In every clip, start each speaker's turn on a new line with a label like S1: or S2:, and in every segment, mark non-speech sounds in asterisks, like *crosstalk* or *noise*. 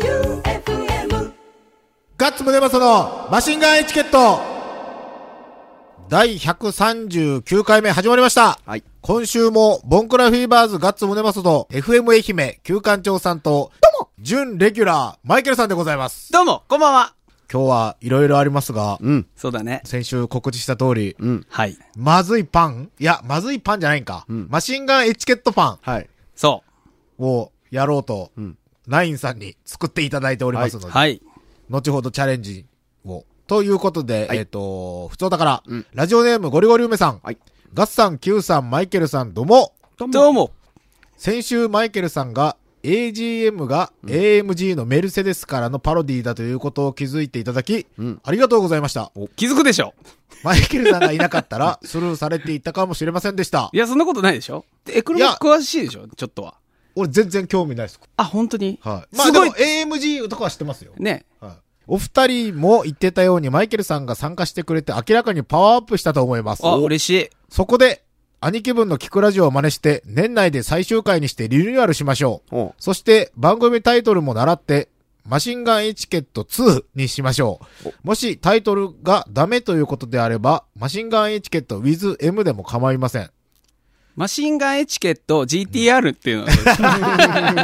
S1: J-O-E-U-F-M
S2: ガッツムネマソのマシンガンエチケット第139回目始まりました。
S3: はい。
S2: 今週も、ボンクラフィーバーズガッツムネマソと、FM 愛媛、旧館長さんと、準レギュラー、マイケルさんでございます。
S3: どうも、こんばんは。
S2: 今日はいろいろありますが、
S3: うん。そうだね。
S2: 先週告知した通り、
S3: うん。はい。
S2: まずいパンいや、まずいパンじゃないんか。
S3: ん
S2: マシンガンエチケットパン
S3: はい。そ
S2: をやろうと、
S3: ん
S2: ナインさんに作っていただいておりますので、
S3: はい。
S2: 後ほどチャレンジを。ということで、
S3: はい
S2: えっ、と、普通だから、
S3: うん
S2: ラジオネームゴリゴリ梅さん、
S3: はい。
S2: ガッツさん、Q さん、マイケルさん、どうも。
S3: どうも。
S2: 先週、マイケルさんが、AGM が AMG のメルセデスからのパロディだということを気づいていただき、
S3: うん
S2: ありがとうございました。
S3: 気づくでしょ。
S2: マイケルさんがいなかったら、 *laughs* スルーされていたかもしれませんでした
S4: い。や、そんなことないでしょでエクロも
S2: いや
S4: 詳しいでしょちょっとは。
S2: 俺全然興味ないです。
S4: あ、本当に
S2: はい。
S4: すごい
S2: まあ、でも AMG とかは知ってますよ。
S4: ね。
S2: はい。お二人も言ってたように、マイケルさんが参加してくれて明らかにパワーアップしたと思います。
S4: あ、嬉しい。
S2: そこで、兄貴分のキクラジオを真似して、年内で最終回にしてリニューアルしましょう。
S3: お
S2: そして、番組タイトルも習って、マシンガンエチケット2にしましょう。もしタイトルがダメということであれば、マシンガンエチケット WithM でも構いません。
S4: マシンガンエチケット GTR ってい
S2: *laughs*
S4: うのは、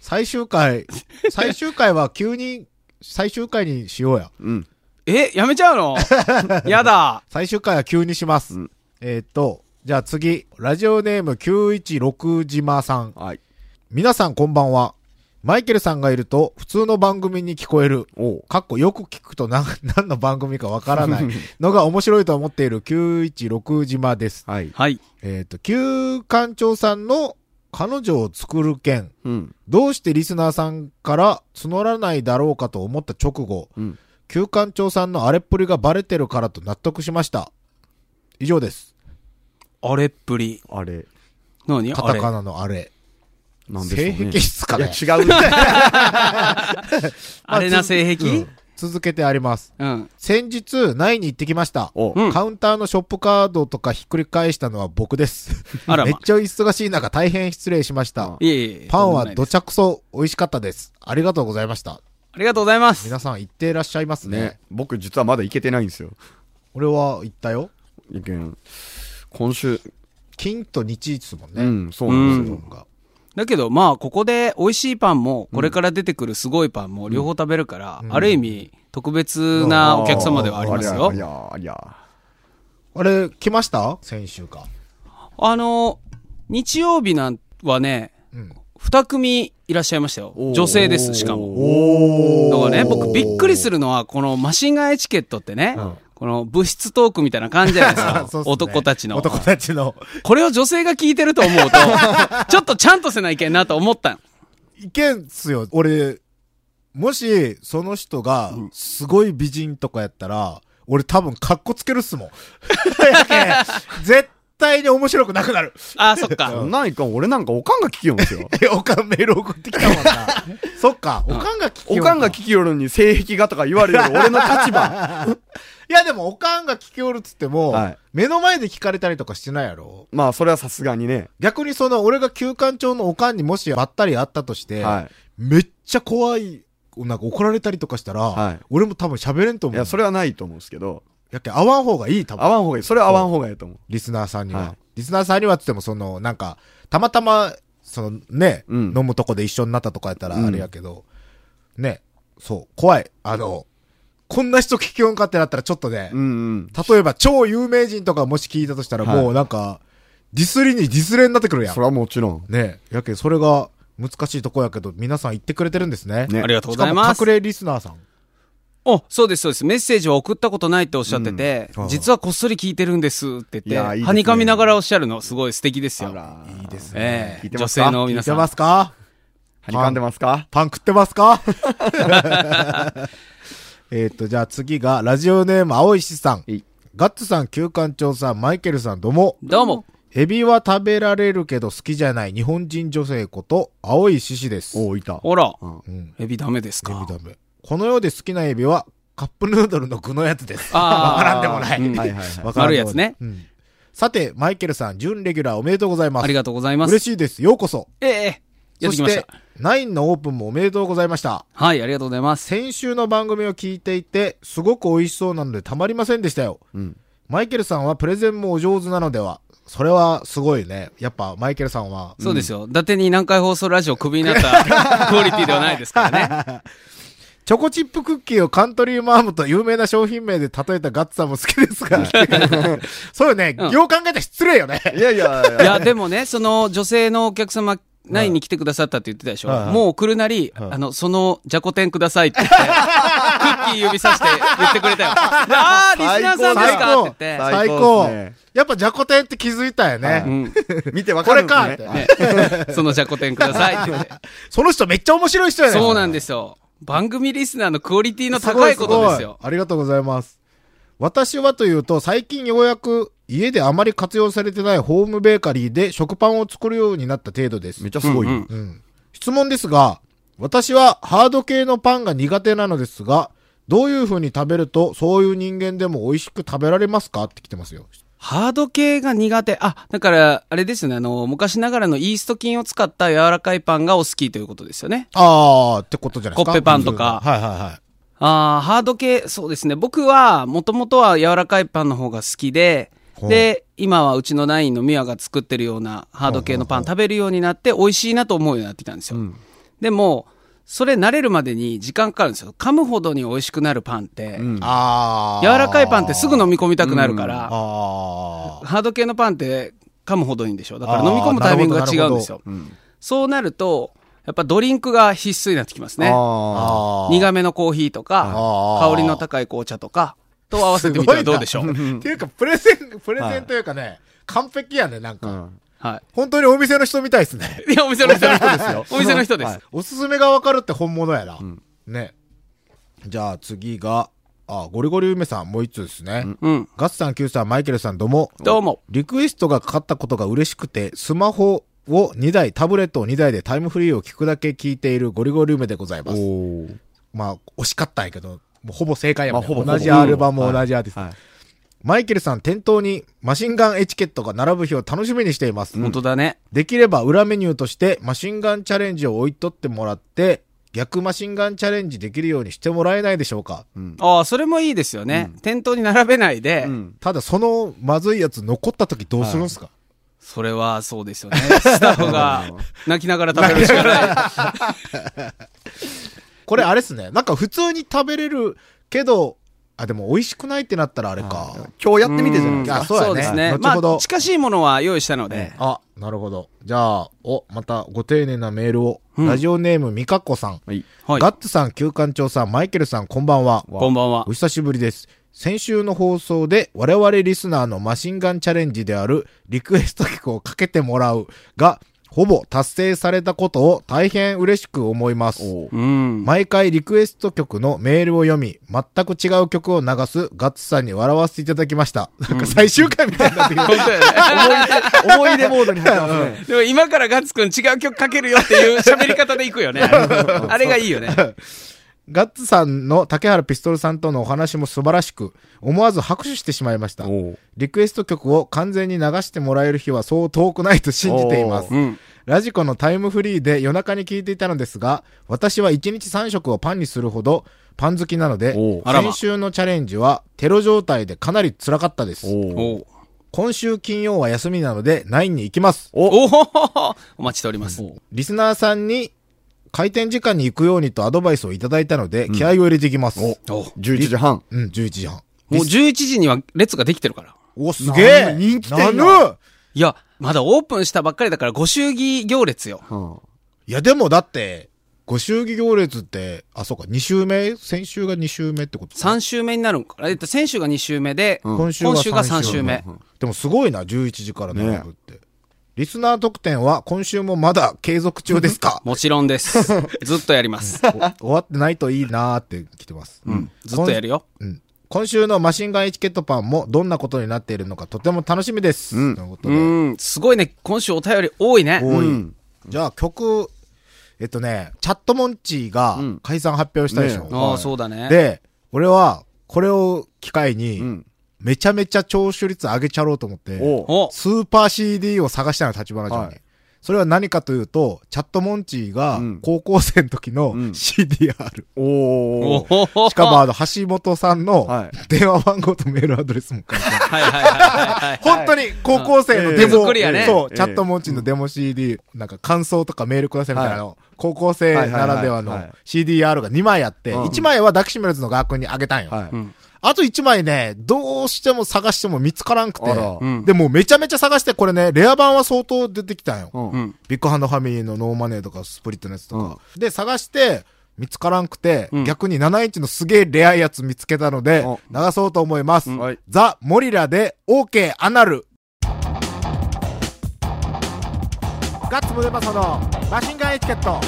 S2: 最終回、最終回は急に、最終回にしようや。
S3: うん。
S4: え、やめちゃ
S2: *laughs*
S4: うのやだ。
S2: 最終回は急にします。
S3: うん
S2: えーっと、じゃあ次、ラジオネーム916島さん。
S3: はい。
S2: 皆さんこんばんは。マイケルさんがいると普通の番組に聞こえる。
S3: お
S2: かっこよく聞くと何 *laughs* 何の番組かわから
S3: *laughs*
S2: ないのが面白いと思っている916島です。
S3: はい。
S4: はい。
S2: えっ、と、旧館長さんの彼女を作る件。
S3: うん。
S2: どうしてリスナーさんから募らないだろうかと思った直後、
S3: うん。
S2: 旧館長さんの荒れっぷりがバレてるからと納得しました。以上です。
S4: あれっぷり。
S3: あれ、
S4: 何
S2: カ
S4: あ
S2: タ
S4: れ
S2: カ。ナのあれ。
S3: なんでしょう
S2: 性
S3: ね。
S2: 癖質かね。
S3: いや、違うね。
S2: *laughs*
S4: あれな性
S2: う
S4: 癖
S2: ん続けてあります。
S4: うん。
S2: 先日、ナイに行ってきました。
S3: お
S4: うん
S2: カウンターのショップカードとかひっくり返したのは僕です。
S4: あら
S2: めっ
S4: ま。
S2: ちゃ忙しい中大変失礼しました。
S4: いえいえ。
S2: パン
S4: とん
S2: は
S4: でもないで
S2: ど
S4: す
S2: ちゃくそ美味しかったです。ありがとうございました。
S4: ありがとうございます。
S2: 皆さん行ってらっしゃいますね。
S3: ね。僕実はまだ行けてないんですよ。
S2: 俺は行ったよ。
S3: 行けん。今週。
S2: 金と日ですもん
S3: う
S2: ね。
S3: ん、そうなんです
S2: う
S3: よ。
S2: んが
S4: だけど、まあ、ここで美味しいパンも、これから出てくるすごいパンも、両方食べるから、ある意味、特別なお客様ではありますよ
S3: あり。ゃ、ありゃ。
S2: あれ、来ました先週か。
S4: あの、日曜日なんはね、
S2: うん。
S4: 二組いらっしゃいましたよ。
S3: おー
S4: 女性です、しかも。
S2: お
S4: だからね、僕びっくりす
S2: る。
S4: るのは、このマシンガンエチケットってね、
S2: うん
S4: この物質トークみたいな感じじゃないですか。
S2: *laughs* そうっすね
S4: 男たちの。
S2: 男たちの。
S4: これを女性が聞いてると思
S2: *laughs*
S4: うと、ちょっとちゃんとせないけんなと思ったの。
S2: いけんっすよ。俺、もし、その人が、すごい美人とかやったら、俺多分カッコつけるっすも
S3: *laughs*
S2: ん。やけん絶対に面白くなくなる。 *laughs*
S4: ああ、そっか。
S3: そんなんいかん、俺なんかおかんが聞きよんですよ。
S2: えおかんメール送ってきたもん
S3: *laughs*
S2: な。そっか、おかんが聞きよ
S3: おかんが
S2: い
S3: 聞きよるのに性癖がとか言われる俺の立場。
S2: *laughs* やでも、おかんが聞きおるっつっても、
S3: はい
S2: 目の前で聞かれたりとかしてないやろ
S3: まあ、それはさすがにね。
S2: 逆にその、俺が休館長のおかんにもしばったり会ったとして、
S3: はい。
S2: めっちゃ怖い、なんか怒られたりとかしたら、
S3: はい
S2: 俺も多分喋れんと思。
S3: いうや、それはないと思うんですけど、
S2: やっけん、会わん方がいい、多分
S3: 合。わん方がいい。それは合わん方がいいと思う。
S2: リスナーさんには。
S3: はい
S2: リスナーさんにはっつっても、その、なんか、たまたま、そのね、
S3: うん
S2: 飲むとこで一緒になったとかやったら
S3: うん
S2: あれやけど、ね、そう、怖い。あの、こんな人聞きよんかってなったらちょっとね、
S3: うんうん。
S2: 例えば超有名人とかもし聞いたとしたら、
S3: はい
S2: もうなんか、ディスりにディスれになってくるやん
S3: そ。れはもちろん。
S2: ね、やけんそれが難しいとこやけど、皆さん言ってくれてるんですね。
S3: ね
S4: ありがとう
S2: し
S4: ご
S2: か
S4: ざい
S2: も
S4: ます
S2: 隠。れリスナーさん。
S4: お、そうです、そうです。メッセージを送ったことないっておっしゃってて、
S2: うん
S4: 実はこっそり聞いてるんですって言って、
S3: いやいいですね
S4: はにかみながらおっしゃるの、すごい素敵ですよ。
S3: いいです
S4: ええ
S3: 聞いて
S4: 女
S3: ますか
S4: 性
S2: 聞
S4: の
S2: い
S4: 皆
S2: て
S4: さん。
S2: ますか
S3: はにかんでますか
S2: パン食ってます
S4: *laughs*
S2: かえっと、じゃあ次が、ラジオネーム、青石さん
S3: はい。
S2: ガッツさん、旧館長さん、マイケルさん、どうも。
S4: どうも。
S2: エビは食べられるけど好きじゃない日本人女性こと、青い獅子です。
S3: おお、いた。
S4: ほら、
S3: うん
S2: うん。
S4: エビダメです
S2: エ
S4: か
S2: ビ。ダメ。この世で好きなエビは、カップヌードルの具のやつです。
S4: あー
S2: わからんでもない。
S4: うん
S3: はいはいは
S2: わから
S3: い
S2: んでもな
S4: *laughs* 丸いやつね
S2: うんさて、マイケルさん、準レギュラーおめでとうございます。
S4: ありがとうございます。
S2: 嬉しいです。ようこそ。
S4: ええやってきました
S2: そして、ナインのオープンもおめでとうございました。
S4: はい、ありがとうございます。
S2: 先週の番組を聞いていて、すごく美味しそうなのでたまりませんでしたよ。
S3: うん
S2: マイケルさんはプレゼンもお上手なのでは。それはすごいね。やっぱマイケルさんは。
S4: そうですよ。伊達に南海放送ラジオクビになったクオリティではないですからね。
S2: チョコチップクッキーをカントリーマームと有名な商品名で例えたガッツさんも好きです
S4: *laughs*
S2: から。そうよね。
S4: うん
S2: よう考えたら失礼よね。
S3: いやいや
S4: いや、でもね、その女性のお客様、ナインに来てくださったって言ってたでしょ。
S2: はいはい
S4: もう来るなり、
S2: はい
S4: あの、その、じゃこ天くださいって言って、クッキー指さして言って
S2: *laughs*
S4: くれたよ。であー、リスナーさんで
S2: 最
S4: すか
S2: 高
S4: って言って。
S2: 最
S3: 最
S2: 高
S3: 高
S2: っすね
S3: 最高
S2: やっぱジャコ天って気づいたよね。
S3: は
S4: う
S3: い
S4: ん。
S3: 見てわ
S2: こ
S3: か
S2: れ
S3: る
S2: かって
S3: ね
S4: ね、そのじゃこ天くださいって言って。
S2: その人めっちゃ面白い人やね
S4: そうなんんですよ。番組リスナーのクオリティの高いことですよ。
S2: ありがとうございます。私はというと、最近ようやく家であまり活用されてないホームベーカリーで食パンを作るようになった程度です
S3: めっ。ちゃすごいよ
S4: うんうん
S2: うん質問ですが、私はハード系のパンが苦手なのですが、どういう風に食べると、そういう人間でも美味しく食べられますかって来てますよ。
S4: ハード系が苦手。あ、だから、あれですよね。あの、昔ながらのイースト菌を使った柔らかいパンがお好きということですよね。
S2: あーってことじゃないですか。
S4: コッペパンとか
S2: はいはいはい。
S4: ああ、ハード系、そうですね。僕は、もともとは柔らかいパンの方が好きで、
S2: ほう
S4: で、今はうちのナインのミワが作ってるようなハード系のパン食べるようになって、美味しいなと思うようになってきたんですよ。でも、それ慣れるまでに時間かかるんですよ。噛むほどに美味しくなるパンって、
S3: うん
S2: あ
S4: 柔
S2: ー
S4: らかいパンってすぐ飲み込みたくなるから、
S2: あー
S4: ハード系のパンって噛むほどいいんでしょだから
S2: あー
S4: 飲み込むタイミングが違うんですよ。
S3: うん
S4: そうなると、やっぱドリンクが必須になってきますね。
S3: あ
S2: あー。
S4: 苦めのコーヒーとか、
S2: あー
S4: 香りの高い紅茶とか、と合わせてみてはどうでしょう。
S2: っていうか、プレゼン、プレゼンというかね、完璧やね、なん
S3: ー
S2: か、
S3: うん
S4: は
S2: 本当にお店の人みたいですね。
S4: い。いや、お店の人ですよ。 *laughs* お店の人で
S3: は
S4: す
S3: い。
S2: おすすめがわかるって本物やな。ね。じゃあ次が、あ、ゴリゴリ梅さん、もう一つですね。
S4: うん。
S2: ガッツさん、キューさん、マイケルさん、どうも。
S4: どうも。
S2: リクエストがかかったことが嬉しくて、スマホを2台、タブレットを2台でタイムフリーを聞くだけ聞いているゴリゴリ梅でございます。
S3: おー
S2: まあ、惜しかったんやけど、もうほぼ正解やもんね、
S3: まあほぼ
S2: 同じ
S3: ほぼ
S2: アルバム、同じアーティスト。
S3: はい
S2: マイケルさん、店頭にマシンガンエチケットが並ぶ日を楽しみにしています。
S4: 本当だね。
S2: できれば裏メニューとしてマシンガンチャレンジを置いとってもらって、逆マシンガンチャレンジできるようにしてもらえないでしょうか。
S4: ああ、それもいいですよね。店頭に並べないで
S3: う、ん
S2: ただそのまずいやつ残った時どうするんすか、
S4: それはそうですよね。スタッフが泣きながら食べるしかない。
S2: これあれっすね。なんか普通に食べれるけど、あ、でも美味しくないってなったらあれか。
S3: 今日やってみてじゃないです
S2: あ
S3: か
S2: そうやね
S4: ですね。
S2: 後
S4: ま
S2: ほど
S4: あ、近しいものは用意したので。
S2: あ、なるほど。じゃあ、お、またご丁寧なメールを。ラジオネームみかっこさん。
S3: はい
S4: はい。
S2: ガッツさん、旧館長さん、マイケルさん、こんばんは。
S4: こんばんは
S2: お。久しぶりです。先週の放送で我々リスナーのマシンガンチャレンジであるリクエスト曲をかけてもらうが、ほぼ達成されたことを大変嬉しく思います。
S3: おー
S4: うん。
S2: 毎回リクエスト曲のメールを読み、全く違う曲を流すガッツさんに笑わせていただきました。なんか最終回みたいにな *laughs* ってきた。
S4: 本当だね。
S3: 思い出モードに入ってますね
S4: でも今からガッツくん違う曲かけるよっていう喋り方でいくよね。あれがいいよね。
S2: ガッツさんの竹原ピストルさんとのお話も素晴らしく、思わず拍手してしまいました。
S3: おー
S2: リクエスト曲を完全に流してもらえる日はそう遠くないと信じています
S4: う。ん。
S2: ラジコのタイムフリーで夜中に聞いていたのですが、私は1日3食をパンにするほどパン好きなので
S3: おう、
S4: あらま
S2: 先週のチャレンジはテロ状態でかなり辛かったです。
S3: おー
S4: おう
S2: 今週金曜は休みなので9に行きます。
S4: おおお待ちしております。
S2: リスナーさんに開店時間に行くようにとアドバイスをいただいたので、気合を入れていきます。
S3: お
S4: お
S3: 11時半
S2: うん、11時半。
S4: もう11時には列ができてるから。
S2: お、すげえ
S3: なん人気店や
S2: なる
S4: いや、まだオープンしたばっかりだから、ご祝儀行列よ。
S3: うん
S2: いや、でもだって、ご祝儀行列って、あ、そうか、2週目先週が2週目ってこと
S4: 3週目になるんかな。えっと、先週が2週目で、
S3: ん
S2: 今週が
S4: 今週が
S2: 3
S4: 3
S2: 週
S4: 週
S2: 目
S4: 目。
S2: でもすごいな、11時からの
S3: ね
S2: ライブって。リスナー特典は今週もまだ継続中ですか
S4: *laughs* もちろんです。ずっとやります。
S2: お終わってないといいなーって来てます。うん
S4: ずっとやるよ。
S2: うん。今週のマシンガンエチケットパンもどんなことになっているのかとても楽しみです。
S3: うん
S2: ということ
S4: う
S2: で。
S4: ん、すごいね。今週お便り多いね。
S2: 多い、
S3: うん
S2: じゃあ曲、えっとね、チャットモンチーが
S3: うん
S2: 解散発表したでしょ。
S3: ね
S4: ああ、そうだね。
S2: で、俺はこれを機会に、
S3: うん
S2: めちゃめちゃ聴取率上げちゃろうと思って、
S3: おー
S4: お
S2: スーパー CD を探したの、立花ちゃんに。
S3: はい
S2: それは何かというと、チャットモンチーが
S3: うん
S2: 高校生の時の
S3: うん
S2: CDR。
S3: おー。
S4: おお
S2: しか
S4: *laughs*
S2: もあの、橋本さんの
S3: はい
S2: 電話番号とメールアドレスも書いてある
S4: はいはいはいはいはい。
S2: 本当に高校生のデ
S4: 手
S2: モ、
S4: 作りやね
S2: そう、
S3: ええ
S2: チャットモンチーのデモ CD、なんか感想とかメールくださいみたいなの、高校生ならでは
S3: はいはいはい
S2: の
S3: はい
S2: CDR が2枚あって、
S3: うん
S2: 1枚はダキシメルズの学校にあげたんよ。
S3: はい。
S4: うん
S2: あと1枚ね、どうしても探しても見つからんくて
S3: あら、
S4: うん
S2: で、もうめちゃめちゃ探して、これね、レア版は相当出てきたんよ。
S3: うん
S4: *laughs* うん。
S2: ビッグハンドファミリーのノーマネーとかスプリットのやつとか。で、探して、見つからんくて、
S4: うん
S2: 逆に7インチのすげえレアいやつ見つけたので
S3: お、
S2: 流そうと思います。
S3: うんはい
S2: ザ・モリラで OK アナル。ガッツムデパソのマシンガンエチケット。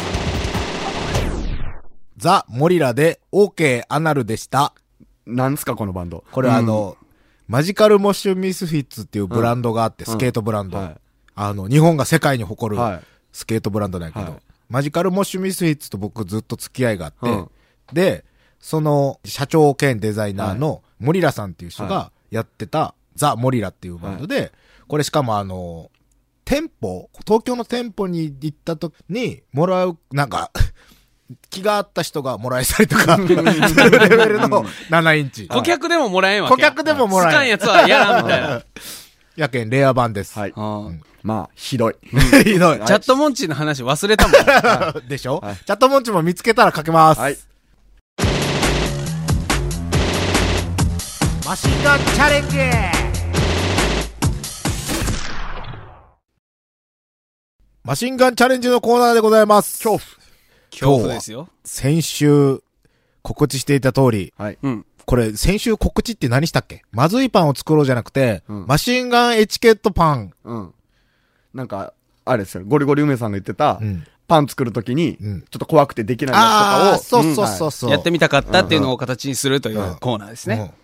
S2: ザ・モリラで OK アナルでした。
S3: なんすか、このバンド。
S2: これあの、マジカルモッシュミスフィッツっていうブランドがあって、
S3: うん
S2: スケートブランド、
S3: はい
S2: あの、日本が世界に誇る
S3: はい
S2: スケートブランドなんやけど、
S3: はい
S2: マジカルモッシュミスフィッツと僕ずっと付き合いがあって、
S3: うん
S2: で、その社長兼デザイナーのモリラさんっていう人が
S3: は
S2: やってたザ・モリラっていうバンドで、これしかもあの、店舗、東京の店舗に行った時にもらう、なんか、 *laughs* 気があった人がもらえたりと
S3: *laughs*
S2: か、するレベルの7インチ。
S4: 顧客でももらえんわけ
S2: 顧
S4: や。
S2: 客でもも
S4: つからん
S2: え
S4: や
S2: る。
S4: つは嫌だみたいな。
S2: やけん、レア版です。
S3: はい。
S4: あー
S3: まあ、ひどい。
S2: *laughs* ひどい。
S4: チャットモンチーの話忘れたもん。
S2: でしょ、チャットモンチも見つけたらかけます。
S3: はい。
S2: マシンガンチャレンジマシンガンチャレンジのコーナーでございます。恐
S4: 恐
S2: 今日
S4: 怖
S2: は
S4: ですよ。
S2: 先週、告知していた通り、
S3: はい。
S4: うん。
S2: これ、先週告知って何したっけまずいパンを作ろうじゃなくて、
S3: うん
S2: マシンガンエチケットパン。
S3: うん。なんか、あれですよ、ゴリゴリ梅さんが言ってた、
S2: うん
S3: パン作るときに、ち
S2: う
S3: ょ
S2: ん
S3: っと怖くてできない
S2: あ
S3: や
S2: あ、
S3: つとか
S2: そ
S3: を。
S2: うそう
S3: う
S2: そ
S3: ん。
S2: うそう。
S4: やってみたかったっていうのを形にするというコーナーですね。
S2: うん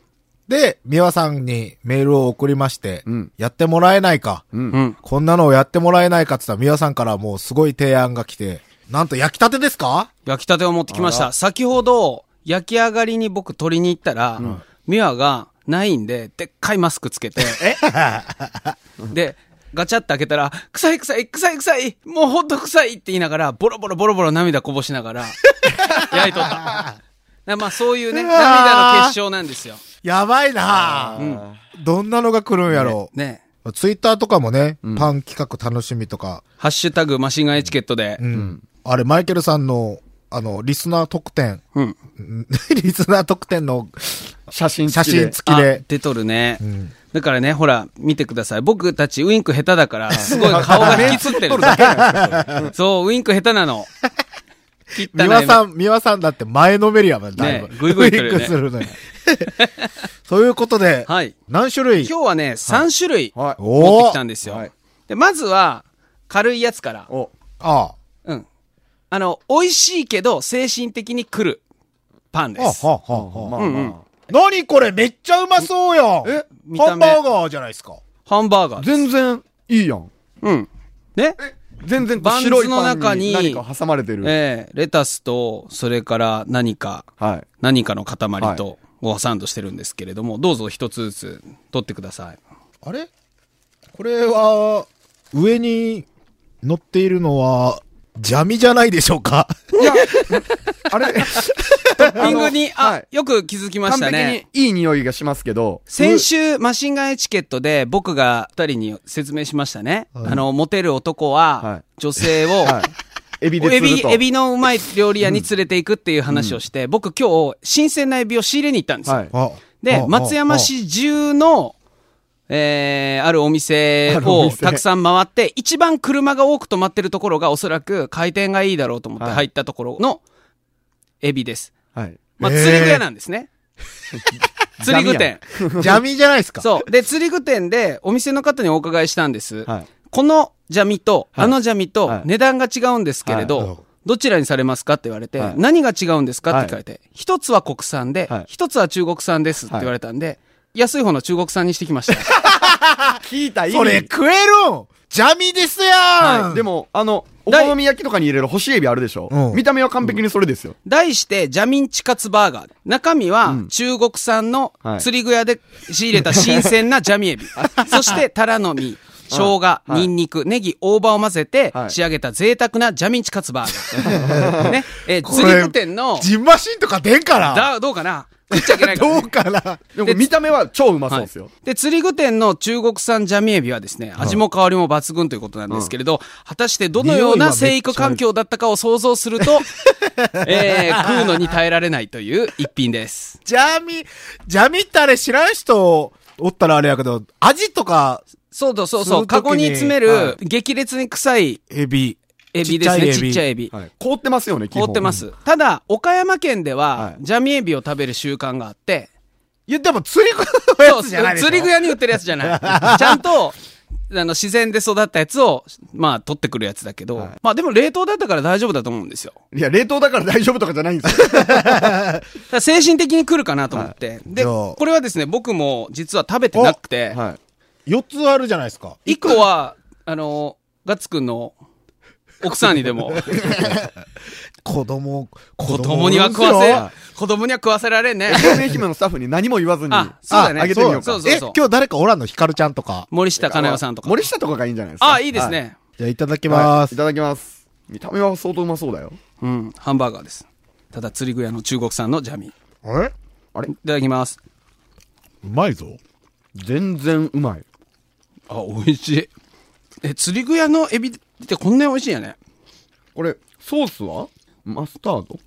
S2: で、美輪さんにメールを送りまして、
S3: うん
S2: やってもらえないか、
S3: うん
S4: うん。
S2: こんなのをやってもらえないかって言ったら美輪さんからもうすごい提案が来て、なんと焼きたてですか
S4: 焼きたてを持ってきました。先ほど、焼き上がりに僕取りに行ったら、ミワがないんで、でっかいマスクつけて。
S2: *laughs*
S4: で、ガチャって開けたら、臭い臭い臭い臭いもうほんと臭いって言いながら、ボロボロボロボロ涙こぼしなが
S2: *laughs*
S4: ら、焼いとった。なまあそういうね、
S2: うわー
S4: 涙の結晶なんですよ。
S2: やばいな
S4: う
S2: ぁ、
S4: ん。
S2: どんなのが来るんやろう、
S4: ね
S2: ツイッターとかもね、パン企画楽しみとか、
S4: ハッシュタグマシンガンエチケットで
S2: う。ん。あれ、マイケルさんの、あの、リスナー特典、 *laughs*
S4: うん。
S2: リスナー特典の
S3: 写真
S2: 写
S3: 付きで
S2: 真付き
S4: あ
S2: で、
S4: 出とるね、
S2: ん
S4: だからね、ほら、見てください。僕たちウインク下手だから、すごい顔が引きつってる。 *laughs* そう、ウインク下手なの。切った
S2: 美
S4: な
S2: 輪さん、美輪さんだって前のめりやもん、だいぶ。
S4: ねぐいぐい来るね
S2: ウインクするの
S4: *laughs*
S2: よ。ということで、
S4: はい
S2: 何種類
S4: 今日はね、3種類
S3: はい。
S2: お
S4: 持ってきたんですよ。
S3: はい
S4: でまずは、軽いやつから。
S3: お、
S2: あ
S4: うん。あの、美味しいけど、精神的に来るパン
S2: あ。
S4: で
S2: は
S4: す。
S2: はは
S3: まあ
S2: は
S3: まあ。
S2: 何これめっちゃうまそうよえ
S4: 見
S2: ハ
S4: た
S2: ン
S4: 目
S2: バーガーじゃないですか。
S4: ハンバーガー。
S3: 全然いいやん。
S4: うん。ね
S3: 全然
S4: バンズ
S3: 白い
S4: の中
S3: パン
S4: に
S3: に何か挟まれてる。
S4: ええレタスと、それから何か、
S3: はい。
S4: 何かの塊
S3: は
S4: と、をサンドしてるんですけれども、どうぞ一つずつ取ってください。
S2: あれこれは、上に乗っているのは、邪味じゃないでしょうか
S3: あれ、
S4: リングに、
S3: *laughs* あのは
S4: あ
S3: い、
S4: よく気づきま
S3: 完
S4: した
S3: 璧
S4: ね
S3: に。いい匂いがしますけど。
S4: 先週、マシンガンエチケットで僕が二人に説明しましたね。あの、モテる男
S3: は、
S4: はい女性を、
S3: はい。エビで
S4: エ
S3: 釣
S4: ビ
S3: ると。、
S4: エビのうまい料理屋に連れて行くっていう話をして、僕今日、新鮮なエビを仕入れに行ったんですよ。
S3: はい。
S2: *laughs* あ
S4: で
S2: あ、
S4: 松山市中の、えー、あるお店
S3: あるお
S4: を
S3: 店
S4: たくさん回って、一番車が多く止まってるところがおそらく回転がいいだろうと思って
S3: はい
S4: 入ったところのエビです。
S3: はい。
S4: まあ、
S2: へー
S4: 釣り具屋なんですね。釣り具店。
S2: あ。邪味じゃないですか
S4: そう。で、釣り具店でお店の方にお伺いしたんです。
S3: はい。
S4: このジャミと、あのジャミ
S3: は
S4: と
S3: い
S4: 値段が違うんですけれど、
S2: はいうん
S4: どちらにされますかって言われて、
S3: はい
S4: 何が違うんですかって聞かれて、一つは国産で、
S3: はい
S4: 一つは中国産ですって言われたんで、安い方の中国産にしてきま
S3: *laughs*
S4: した。
S3: 聞いた意味
S2: それ食えるん邪味ですやん
S3: で
S2: も、
S3: も、あの、お
S4: 第
S3: 好み焼きとかに入れる干しエビあるでしょ、
S2: うん
S3: 見た目は完璧にそれですよ。
S4: 題して、ジャミンチカツバーガー。中身は中国産の
S3: はい *laughs*
S4: 釣り具屋で仕入れた新鮮なジャミエビ。そして、タラの実。生姜、
S3: い
S4: ニンニク、ネギ、大葉を混ぜて
S3: はい
S4: 仕上げた贅沢なジャミンチカツバー
S3: *laughs*
S4: ガー。ね。えー、
S2: こ
S4: ズ
S2: れ
S4: リク店の、
S2: ジンマシンとか出んから
S4: だ、どうかな食っちゃいけないからね
S2: どうかな
S3: でも見た目は超うまそうですよ。
S4: で、釣り具店の中国産ジャミエビはですね、味も香りも抜群ということなんですけれど、果たしてどのような生育環境だったかを想像すると、えー、食うのに耐えられないという一品です。
S2: ジャミ、ジャミってあれ知らん人おったらあれやけど、味とか、
S4: そうそうそうそ、
S2: そうう
S4: カゴに詰め
S2: は
S4: る激烈に臭い
S2: エビ。
S4: エビですね、
S2: ち
S4: ち
S2: っ
S4: っ
S2: ち
S4: ち
S2: ゃ
S4: ゃ
S2: い
S4: い
S2: エ
S4: エビ。
S3: はい、凍ってますよね、基
S4: 凍
S3: 本
S4: ってま。す。ただ、岡山県で
S3: は
S4: は、
S3: い
S4: ジャミエビを食べる習慣があって、
S2: 言っても釣り具の
S4: そ
S2: や
S4: う、
S2: つじゃないでしょ
S4: 釣り具屋に売ってるやつじゃない。
S2: *laughs*
S4: ちゃんと、あの、自然で育ったやつを、まあ、取ってくるやつだけど、まあ、でも冷凍だったから大丈夫だと思うんですよ。
S3: いや、冷凍だから大丈夫とかじゃないんですよ。
S4: だから精神的に来るかなと思って。
S2: じ
S4: で、
S2: ゃあ
S4: これはですね、僕も実は食べてなくて、
S3: *laughs* はい。
S2: 4つあるじゃないですか。
S4: 一個は、あの、ガッツくんの奥さんにでも、
S2: 子供、
S4: 子
S2: *laughs* 子
S4: 供には食わせ、子供には食わせられんね。
S3: 愛媛姫のスタッフに何も言わずに。
S4: あ、そうだ
S3: あ
S4: ね。
S3: げてみようか
S4: そう
S2: せ
S4: そう
S2: え、
S4: そう。
S2: 今日誰かおらんのヒカルちゃんとか。
S4: 森下かなよさんとか。
S3: 森下とかがいいんじゃないですか。
S4: あ、いいですね。
S2: じゃあいただき
S3: はい。
S2: ま
S3: はい
S2: す
S3: い。ただきます。見た目は相当うまそうだよ。
S4: うん、ハンバーガーです。ただ、釣り具屋の中国産のジャミ。い
S2: あれう
S3: あれ
S4: ただきます。
S2: まいぞ。
S3: 全然うまい。
S4: あ、美味しい。え、釣り具屋のエビってこんなに美味しいんやね。
S3: これ、ソースはマスタード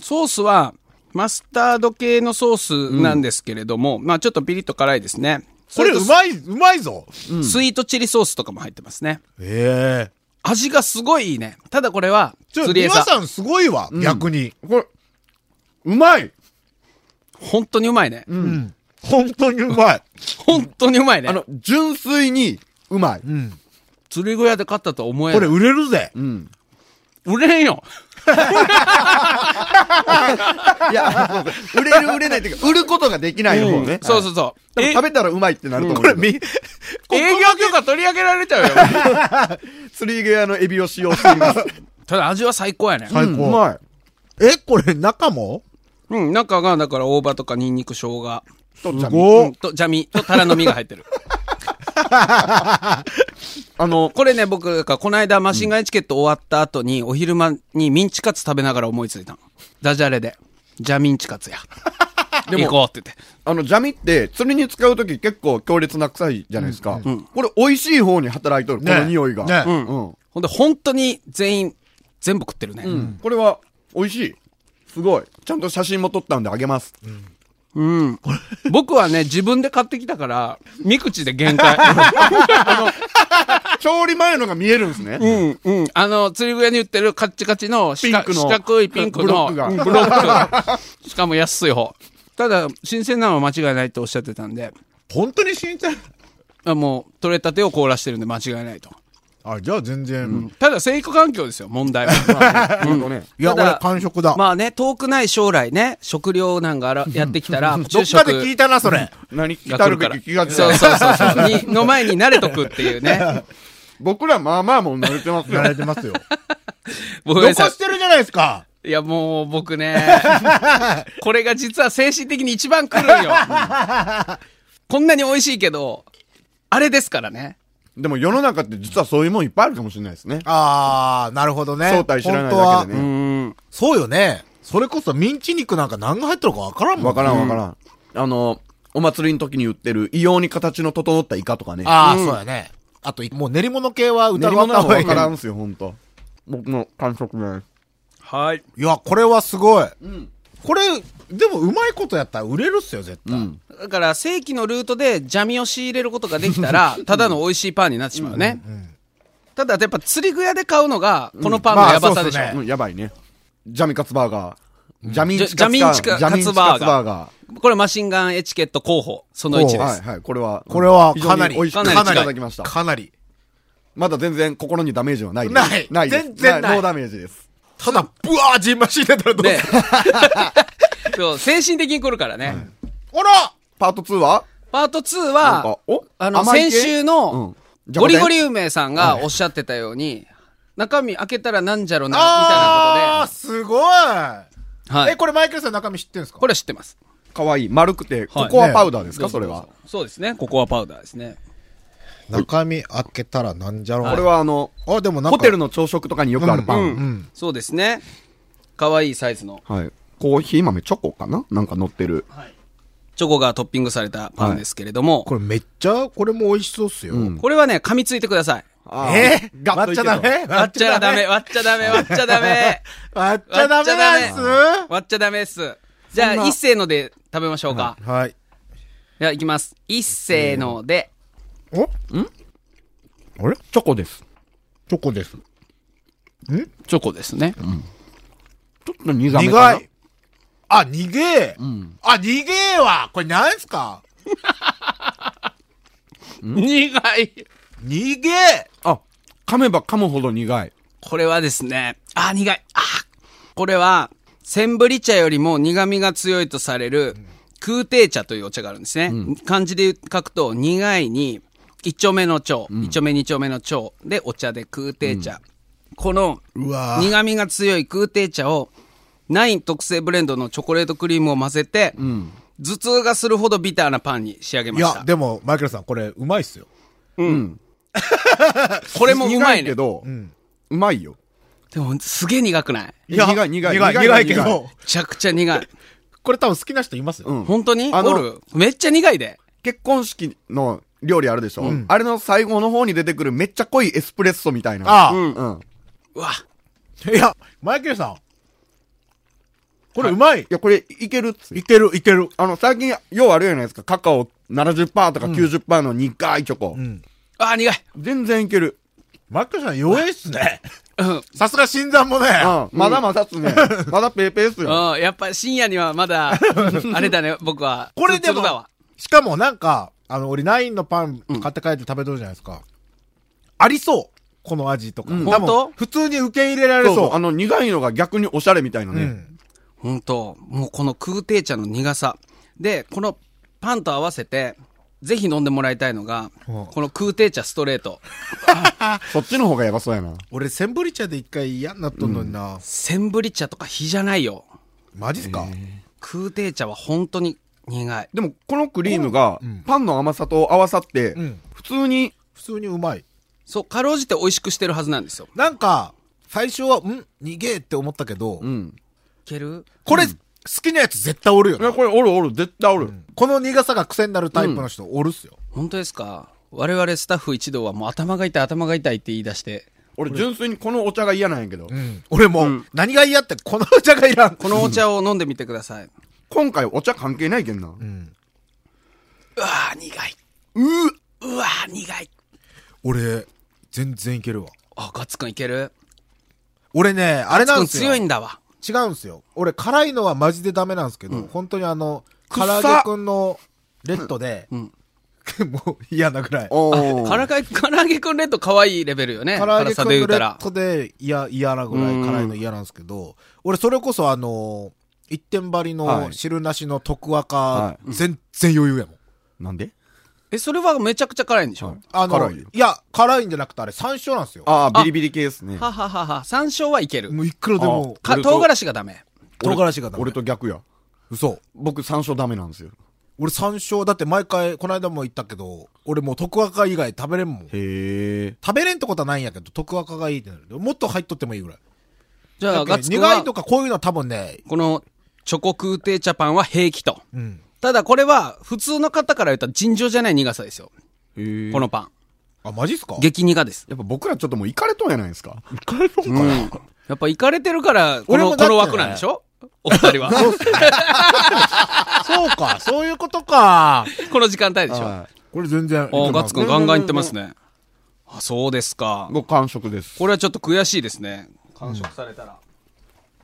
S4: ソースは、マスタード系のソースなんですけれども、まあちょっとピリッと辛いですね。
S2: これ
S4: そうと
S2: まい、うまいぞ。
S4: スイートチリソースとかも入ってますね。
S2: ええ。
S4: 味がすごいいいね。ただこれは、
S2: ちょ、
S4: 釣り
S2: 皆
S4: 餌。
S2: さんすごいわ、逆に。
S3: これ、うまい
S4: 本当にうまいね。
S2: 本当にうまい。
S4: 本当にうまいね。
S3: あの、純粋に
S4: *laughs*
S3: うまい。うん。
S4: 釣り具屋で買ったとは思え
S2: こ
S4: な
S2: れ
S4: い。
S2: 売れるぜ。
S4: 売れへんよ。
S3: いや、そうそう売れる売れないっていうか、売ることができない方ね。
S4: そうそうそう。
S3: でも
S4: え
S3: 食べたらうまいってなると思
S2: こ
S3: うけど。
S2: れみ、
S4: 営業許可取り上げられちゃうよ。
S3: 釣り具屋のエビを使用しています。
S4: ただ味は最高やね。
S2: 最
S3: うんう
S2: 高。
S3: まい。
S2: え、これ中も
S4: うん、中が、だから、大葉とかニンニク、生姜、
S2: す
S4: う
S2: ご
S4: ん、と、ジャミとタラの実が入ってる。 *laughs*
S3: あの、
S4: これね、僕、だからこの間、マシンガンエチケット終わった後に、お昼間にミンチカツ食べながら思いついたの。ダジャレで。ジャミンチカツ
S3: *laughs*
S4: や。でも、行こうって言って。
S3: あの、ジャミって、釣りに使うとき結構強烈な臭いじゃないですか。これ、美味しい方に働いとる、
S2: ね
S3: この匂いが。
S2: ね
S3: うん
S4: ほんで、本当に全員、全部食ってるね。う。
S3: うんんこれは、美味しい。すごい。ちゃんと写真も撮ったんであげます。
S4: 僕はね、自分で買ってきたから、三口で限
S3: *laughs*
S4: 界。
S3: 調理前のが見えるんですね。
S4: うん、うん。あの、釣り具屋に売ってるカッチカチの四角
S3: ピンクの
S4: 四角いピンク
S3: ブ
S4: の
S3: ロックが
S4: うんブロックが。しかも安い方。ただ、新鮮なのは間違いないとおっしゃってたんで、
S2: 本当に新鮮。
S4: あもう、取れたてを凍らしてるんで間違いないと。
S2: あ、じゃあ全然。
S4: ただ、生育環境ですよ、問
S2: *laughs*
S4: 題は。
S3: うんとね。
S2: いや、
S4: ただ
S2: 俺完食だ。
S4: まあね、遠くない将来ね、食糧難があら
S2: *laughs*
S4: やってきたら、
S2: ど
S4: 昼
S2: っか
S4: 食
S2: で聞いたな、それ。
S3: 何
S4: が
S3: 来
S4: 来
S3: る
S4: るか
S3: べ
S4: ら。
S3: き気がつ
S4: そうそうそうそう。にの前に慣れとくってい
S2: *laughs*
S4: うね。
S3: *laughs* 僕ら、まあまあもう慣れてますよ
S2: や。られてますよ。
S4: 僕
S2: 残
S4: ねさ
S2: してるじゃないですか。
S4: いや、もう僕ね、
S2: *laughs*
S4: これが実は精神的に一番来る
S2: *laughs*
S4: んよ。こんなに美味しいけど、あれですからね。
S3: でも世の中って実はそういうもんいっぱいあるかもしれないですね。
S2: あー、なるほどね。
S3: 正体知らないだけで
S2: 本当は
S3: ね。
S4: うん。
S2: そうよね。それこそミンチ肉なんか何が入ってるかわからんもん、ね。
S3: わからんわからん。あの、お祭りの時に売ってる異様に形の整ったイカとかね。
S2: あー、そうやね。あと、もう練り物系は
S3: 練
S2: 疑
S3: り
S2: わ
S3: 物
S2: な
S3: はわ
S2: い
S3: からんすよ、ほんと。僕の感触ね。
S4: はい。
S2: いや、これはすごい。これ、でもうまいことやったら売れるっすよ、絶対。
S4: だから、正規のルートでジャミを仕入れることができた
S3: *laughs*
S4: ら、ただの美味しいパンになってしまうね。ただ、やっぱ釣り具屋で買うのが、このパンのやばさでしょ。
S2: まあ
S3: うん、やばいね。ジャミカツバーガー。ジャミンチカ
S4: ジャ
S3: ツ
S4: ジャミンチカ
S3: ジャミンチカツ
S4: カツ
S3: バ
S4: バ
S3: ー
S4: ー
S3: ガ
S4: これマシンガンエチケット候補、その1です。
S3: ー。はいはい、これは。
S2: これはかなり、
S3: 非常に美
S4: かなり
S3: 味しくかなりい
S4: 近い
S3: ただきました。
S2: かなり。
S3: まだ全然心にダメージはないです。
S2: ない
S3: ないです。
S2: 全然ない
S3: ノーダメージです。
S2: ただ、ブワージンマシン出たらどう
S4: ね
S2: する
S3: *laughs*
S4: そう、精神的に来るからね。
S2: あら
S3: パート2は
S4: パート2
S3: なん
S4: は
S3: か、お
S4: あの、
S3: 甘
S4: 先
S3: い系
S4: 週の、
S3: うんじゃあ
S4: ゴリゴリ梅さんがおっしゃってたように、中身開けたらなんじゃろな、み
S2: あー、
S4: た
S2: すごい、
S4: いなことで。は
S2: え、
S4: い。
S2: これマイケルさん中身知ってるんですか
S4: これは知ってます。
S3: かわいい。丸くて、
S4: はい
S3: ココアパウダーですか、
S4: どうぞ
S3: それは。
S4: そうですね。ココアパウダーですね。
S2: 中身開けたらなんじゃろう。
S3: これはあの、
S2: あ、でもなんか。
S3: ホテルの朝食とかによくあるパン。
S4: うんそうですね。可愛いサイズの
S3: はい。コーヒー豆チョコかななんか乗ってる。
S4: チョコがトッピングされたパンですけれども、
S2: これめっちゃ、これも美味しそうっすよ。
S4: これはね、噛みついてください。
S2: えー、
S3: ガッ
S2: 割
S3: と
S2: っ
S3: い
S2: ちゃダ
S3: けと
S2: メ
S4: 割っちゃダメ、。割っちゃダメ、割っちゃダメ。
S2: *laughs* 割っちゃダメなんす
S4: 割っちゃダメっす。じゃあ、一斉ので食べましょうか。
S2: はい。
S4: では、いきます。一斉ので。
S2: おんあれ
S3: チョコです。
S2: チョコです。
S4: チョコですね。
S3: ちょっと苦めか
S2: 苦。
S3: ない
S2: あ、苦え。あ、苦えわ。これ何すか
S4: 苦い。
S2: 苦え。
S3: あ、噛めば噛むほど苦い。
S4: これはですね、あー、苦い。あーこれは、センブリ茶よりも苦味が強いとされる、空挺茶というお茶があるんですね。漢字で書くと、苦いに、一丁目の蝶、一丁目二丁目の蝶でお茶で空挺茶。この、
S2: うわ
S4: 苦味が強い空挺茶を、ナイン特製ブレンドのチョコレートクリームを混ぜて、頭痛がするほどビターなパンに仕上げま
S2: い
S4: した。
S2: や、でも、マイケルさん、これ、うまいっすよ。
S4: *laughs* これもうまい
S3: 苦
S4: ね
S3: け。ど、うまいよ。
S4: でも、すげえ苦くないめ
S3: いや苦い苦い
S2: 苦い、
S3: 苦い
S2: 苦いけ
S3: 苦
S2: ど
S3: い。
S4: ちゃくちゃ苦い。
S2: これ多分好きな人いますよ。
S3: うん
S4: 本当に
S3: あの
S4: おるめっちゃ苦いで。
S3: 結婚式の料理あるでしょ、あれの最後の方に出てくるめっちゃ濃いエスプレッソみたいな。
S2: ああ
S3: うん。うん。
S4: うわ。
S2: いや、マイケルさん。これうまい
S3: い。や、これいけるっつ
S2: いける、いける。
S3: あの、最近、ようあるじゃないですか。カカオ70%とか90%の苦いチョコ。
S4: あー、苦い。
S3: 全然いける。
S2: マイケルさん、弱いっすね。
S4: うん。
S2: さすが新参もね。
S3: うん。まだまだっすね。 *laughs* まだペーペーっすよ。
S4: うんやっぱ深夜にはま *laughs* だ、あれだね、僕は。
S2: これで
S4: 頭痛だわ
S2: も。、しかもなんか、あの、俺、ナインのパン買って帰って食べとるじゃないですか。ありそう。この味とか。
S3: うん
S2: 多
S4: 本当
S2: 分、普通に受け入れられ
S3: そう
S2: そ
S3: そうう。。あの、苦いのが逆におしゃれみたいな
S2: う
S3: ね。
S2: ん。
S4: 本当もうこの空挺茶の苦さ。で、このパンと合わせて、ぜひ飲んでもらいたいのが、
S2: うん
S4: この空挺茶ストレート。
S3: そっちの方がやばそうやな。
S2: 俺、センブリ茶で一回嫌になっとんのにな。
S4: センブリ茶とか火じゃないよ。
S2: マジっすか
S4: 空挺茶は本当に苦い。
S3: でも、このクリームが、パンの甘さと合わさって
S2: ん、
S3: 普通に、
S2: 普通にうまい。
S4: そう、かろうじて美味しくしてるはずなんですよ。
S2: なんか、最初は、ん逃げーって思ったけど
S3: う、
S4: い
S3: ん。
S4: ける
S2: これ、好きなやつ絶対おるよ
S3: いや、
S2: な。
S3: これおるおる、絶対おる。
S2: この苦さが癖になるタイプの人おるっすよ。
S4: 本当ですか我々スタッフ一同はもう頭が痛い頭が痛いって言い出して、
S3: 俺、純粋にこのお茶が嫌なんやけど、
S2: うん俺も、何が嫌って、このお茶がいらん。
S4: このお茶を飲んでみてください。う
S3: 今回お茶関係ないけんな。
S4: わー苦い。ううわー苦い。
S2: 俺、全然いけるわ。
S4: あ、ガッツくんいける
S2: 俺ね、あれな
S4: ガッツく
S2: ん
S4: ん
S2: ですよ。
S4: 強いんだわ。
S2: 違うんですよ。俺、辛いのはマジでダメなんですけど、本当にあの、
S3: くっ
S2: 唐
S3: さ
S2: 揚げくんのレッドで、 *laughs* もう嫌なぐらい。唐
S3: おー
S4: からかい、 *laughs* から揚げくんレッド可愛いレベルよね。
S2: 揚げ
S4: 辛
S2: く
S4: さ
S2: んの
S4: で
S2: レ
S4: 言うたら
S2: ッ。ドで嫌、嫌なぐらい辛いの嫌なんですけど、俺、それこそあの、一点張り
S3: は
S2: の
S3: い
S2: 汁なしの特赤、
S3: は
S2: 全然余裕やもん。
S3: なんで
S4: え、それはめちゃくちゃ辛いんでしょ、
S2: あの、
S3: 辛い
S2: い
S3: よ
S2: や、辛いんじゃなくてあれ山椒なんですよ。
S3: ああ、ビリビリ系ですね。
S4: はははは、山椒はいける。
S2: もういくらでも、
S4: か
S3: 俺と
S4: 唐辛子がダメ。
S2: 唐辛子がダメ
S3: 俺と逆や。
S2: 嘘。
S3: 僕、山椒ダメなんですよ。
S2: 俺山椒、だって毎回、この間も言ったけど、俺もう特赤以外食べれんもん。
S3: へえ。
S2: 食べれんってことはないんやけど、特赤がいいってなる。もっと入っとってもいいぐらい。
S4: じゃあ、ガッツくん
S2: 苦
S4: はい
S2: と、かこういうのは多分ね、
S4: このチョコ空挺茶パンは平気と。
S2: うん。
S4: ただこれは、普通の方から言ったら尋常じゃない苦さですよ。
S3: へえ。
S4: このパン。
S2: あ、マジっす *laughs* か
S4: 激苦です。
S3: やっぱ僕らちょっともうイカれとんやないですか。
S4: うんやっぱ行かれてるから、こ
S2: 俺
S4: の、
S2: もだ
S4: こ
S2: って
S4: の
S2: ね
S4: 枠なんでし
S2: *laughs*
S4: ょお二人は。
S2: そうか、そういうことか。
S4: この時間帯でしょ
S3: は
S2: これ全然。
S4: おガッツくんガンガン行ってます
S3: ね。
S4: ね。あ、そうですか
S3: うん。僕、完食です。
S4: これはちょっと悔しいですね。完食されたら。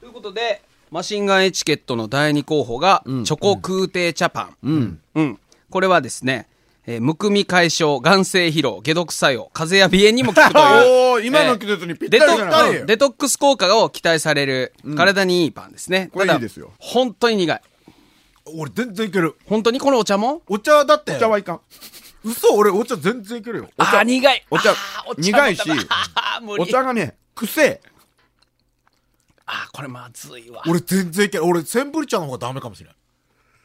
S4: ということで、マシンガンエチケットの第2候補が、チョコ空挺茶パン。うん。うん。これはですね、えーむくみ解消、眼性疲労、解毒作用、風邪や鼻炎にも効くという。
S3: *laughs* おー、今の季節にぴっ
S4: デ
S3: た
S4: ト
S3: りじゃない
S2: ぴったり
S4: うんデトックス効果を期待される、体にいいパンですね。
S3: これ
S4: ただ
S3: いいですよ
S4: 本当に苦い。
S2: *laughs* 俺全然いける。
S4: 本当にこのお茶も
S2: お茶だって、
S3: お茶はいかん。
S2: 嘘、俺お茶全然いけるよ。
S4: あー苦い
S3: お茶
S4: あーお茶
S3: 苦いし
S4: またあ *laughs* ー無理
S3: お茶がね、くせえ。
S4: あーこれまずいわ
S2: 俺全然いける。俺、センブリ茶の方がダメかもしれない。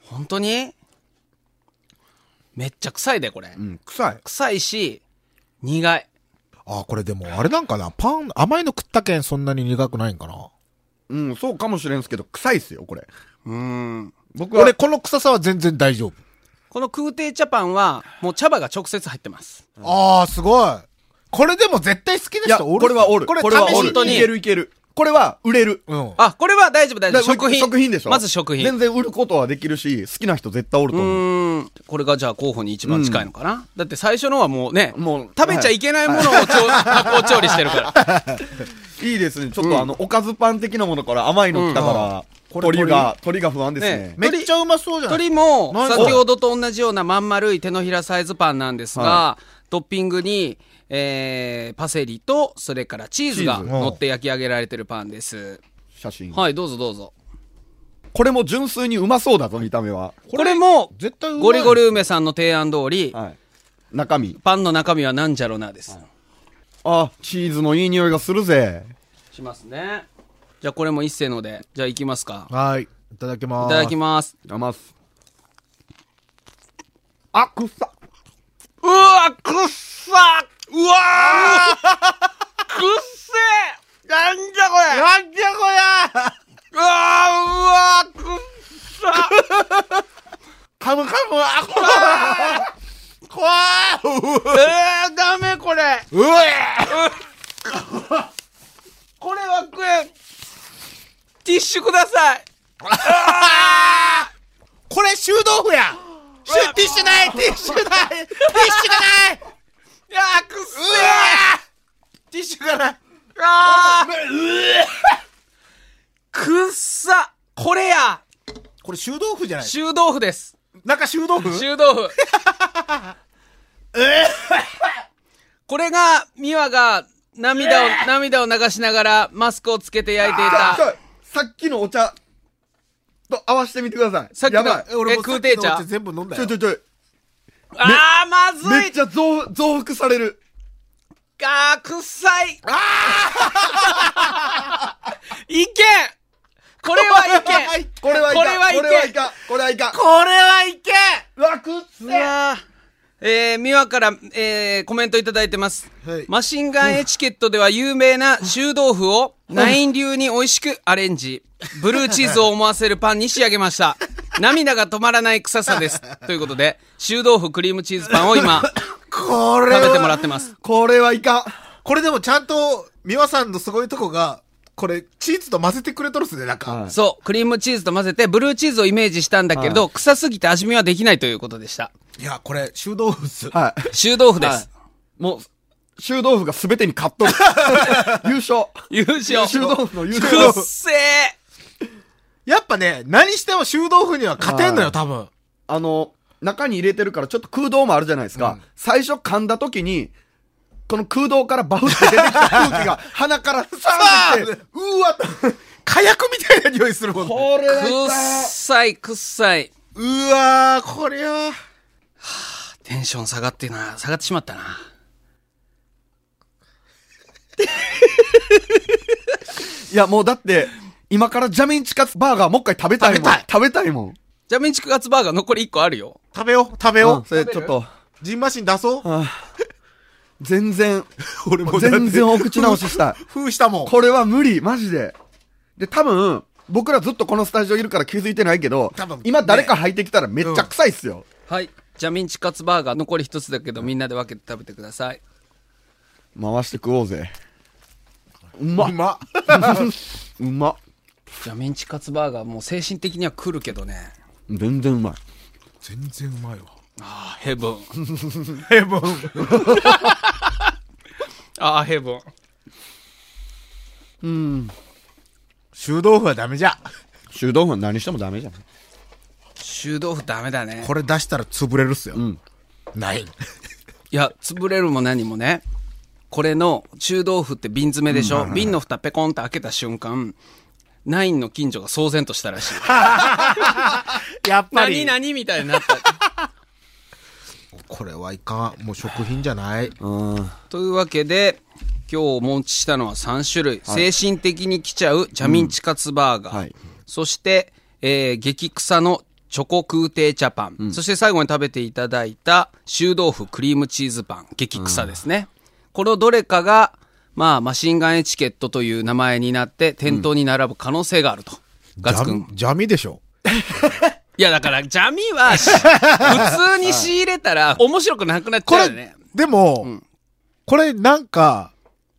S4: 本当にめっちゃ臭いでこれ、
S3: うん、臭い。
S4: 臭いし苦い。
S2: あ、これでもあれなんかな。パン、甘いの食ったけんそんなに苦くないんかな。
S3: うん、そうかもしれんすけど、臭いっすよ、これ。
S5: うん。
S3: 僕は、
S2: 俺、この臭さは全然大丈夫。
S4: この空挺茶パンは、もう茶葉が直接入ってます。
S2: ああ、すごい。これでも絶対好き
S3: い
S2: な
S3: や、
S2: 人おる。
S3: これはおる。
S2: これ
S3: これはおる。
S2: 試しに
S4: に
S3: いけるいける。これは売れる。
S2: うん。
S4: あ、これは大丈夫大丈夫。
S3: だ
S4: 食品。
S3: 食品でしょ
S4: まず食品。
S3: 全然売ることはできるし、好きな人絶対おると
S4: う
S3: 思
S4: ー
S3: う。
S4: ん。これがじゃあ候補に一番近いのかな、だって最初のはもうね、
S3: もう
S4: 食べちゃいけないものをちょ *laughs* 発酵調理してるから。
S3: いいですね。ちょっとあの、おかずパン的なものから甘いの来たから、鳥が、鳥が不安ですね
S4: ね。
S2: めっちゃうまそうじゃない
S4: 鶏も
S2: 何
S4: 先ほどと同じようなまん丸い手のひらサイズパンなんですが、
S3: は
S4: トッピングに、えー、パセリと、それからチーズが
S3: チー
S2: ズ
S4: 乗って焼き上げられてるパンです。
S3: 写真。
S4: はい、どうぞどうぞ。
S3: これも純粋にうまそうだぞ、見た目は。
S4: これも、
S2: 絶対うまい
S4: ゴリゴリ梅さんの提案通り、
S3: はい。中身。
S4: パンの中身はなんじゃろなです。
S3: あ、チーズのいい匂いがするぜ。
S4: しますね。じゃあこれも一斉ので、じゃあいきますか。
S2: はい。いただきま
S4: い
S2: す。
S4: ただきます。
S3: やます。あ、くっさ。
S4: うわくっさうわーくっせえなんじゃこれ
S2: なんじゃこりゃ
S4: うわーうわーくっさ
S2: カムカム、あ、こ怖い
S4: えー、ダメこれ
S2: うえ
S4: これは食えんティッシュください
S2: これ、臭豆腐やシュティッシュないティッシュないティッシュがない
S4: いやーくっせえ
S2: ティッシュがない
S4: あーくっさこれや
S2: これ、臭豆腐じゃない
S4: 臭豆腐です
S2: なんか臭豆腐
S4: 臭 *laughs* 豆腐これが美和が涙を涙を流しながらマスクをつけて焼いていた
S3: ちょさっきのお茶と合わせてみてください。
S4: さっきの
S3: やばい。
S4: え俺もさっきのお茶
S2: 全部飲んだ
S3: ちょ
S2: よ
S3: いちょいちょい。
S4: あーまず
S3: め
S4: い
S3: っちゃ増、増幅される。
S4: あー臭いあ *laughs* いけんこれはいけん
S3: これはいかん。
S4: *laughs* これはいけん
S3: これはいかん。これはいかん。
S4: これはいけん
S3: うわ、くっ
S4: う
S3: せえ
S4: わーえー、美和から、えー、コメントいただいてます、
S2: はい
S4: マシンガンエチケットでは有名な臭豆腐をナイン流に美味しくアレンジ。ブルーチーズを思わせるパンに仕上げました。涙が止まらない臭さです。ということで、臭豆腐クリームチーズパンを
S3: *laughs*
S4: 今、
S2: これは
S4: 食べてもらってます。
S3: これはいかん。
S2: これでもちゃんと、美和さんのすごいとこが、これ、チーズと混ぜてくれとるっすね、なんか。
S4: そう、クリームチーズと混ぜて、ブルーチーズをイメージしたんだけれど、臭すぎて味見はできないということでした。
S2: いや、これ、臭豆腐っす。
S3: は
S4: 臭豆腐
S3: い。
S4: です。
S3: はい。もう、臭豆腐が全てに勝っとる。優勝。
S4: 優勝。
S3: 臭豆腐の優
S4: くっ
S3: 勝。
S4: せえ
S2: やっぱね、何しても臭豆腐には勝てんのよ、多分。
S3: あの、中に入れてるからちょっと空洞もあるじゃないですか。最初噛んだ時に、この空洞からバフって出てきた空気が鼻からさーってきて、うわ
S2: 火薬みたいな匂いするもんね。
S3: これ
S4: くっさい、くっさい。
S2: うわー、こりゃ
S4: テンション下がってな、下がってしまったな。
S3: いや、もうだって、今からジャミンチカツバーガーもう一回食べたいもん。食べたいもん。
S4: ジャミンチクガツバーガー残り1個あるよ。
S2: 食べよう、食べよ
S3: うんそれちょっと、
S2: う。ジンマシン出そう。
S3: 全然、
S2: 俺もだって
S3: 全然お口直ししたい。
S2: 封したもん。
S3: これは無理、マジで。で、多分、僕らずっとこのスタジオいるから気づいてないけど
S2: 多分、
S3: 今誰か入ってきたらめっちゃ臭いっすよ。
S4: はい。ジャミンチクガツバーガー残り1つだけど、みんなで分けて食べてください。
S3: 回して食お
S4: *laughs*
S3: うぜ。うま
S2: うま。
S3: うま
S4: ジャミンチクガツバーガーもう精神的には来るけどね。
S3: 全然うまい。
S2: 全然うまいわ。
S4: ああ、ヘブン。
S2: ヘブン。
S4: ああ、ヘブン。
S2: 臭豆腐はダメじゃ。
S3: 臭豆腐は何してもダメじゃん。
S4: 臭豆腐ダメだね。
S2: これ出したら潰れるっすよ。
S3: ん
S2: ない。
S4: いや、潰れるも何もね、これの中豆腐って瓶詰めでしょ、瓶の蓋ペコンと開けた瞬間、ナインの近所が騒然としたらしい。
S2: やっ
S4: *laughs* 何何みたいになった。
S2: これはいかん。もう食品じゃない。
S3: うん。
S4: というわけで、今日お持ちしたのは3種類。精神的に来ちゃうジャミンチカツバーガー。
S3: うんはい
S4: そして、えー激臭のチョコ空挺茶パン、そして最後に食べていただいた、臭豆腐クリームチーズパン、激臭ですね。このどれかが、まあ、マシンガンエチケットという名前になって、店頭に並ぶ可能性があると。ガツくん。
S2: 邪味でしょ。
S4: いや、だから、邪味は *laughs* し、普通に仕入れたら、面白くなくなっち
S2: こ
S4: ゃうよ
S2: れ
S4: ね。、
S2: でも、これなんか、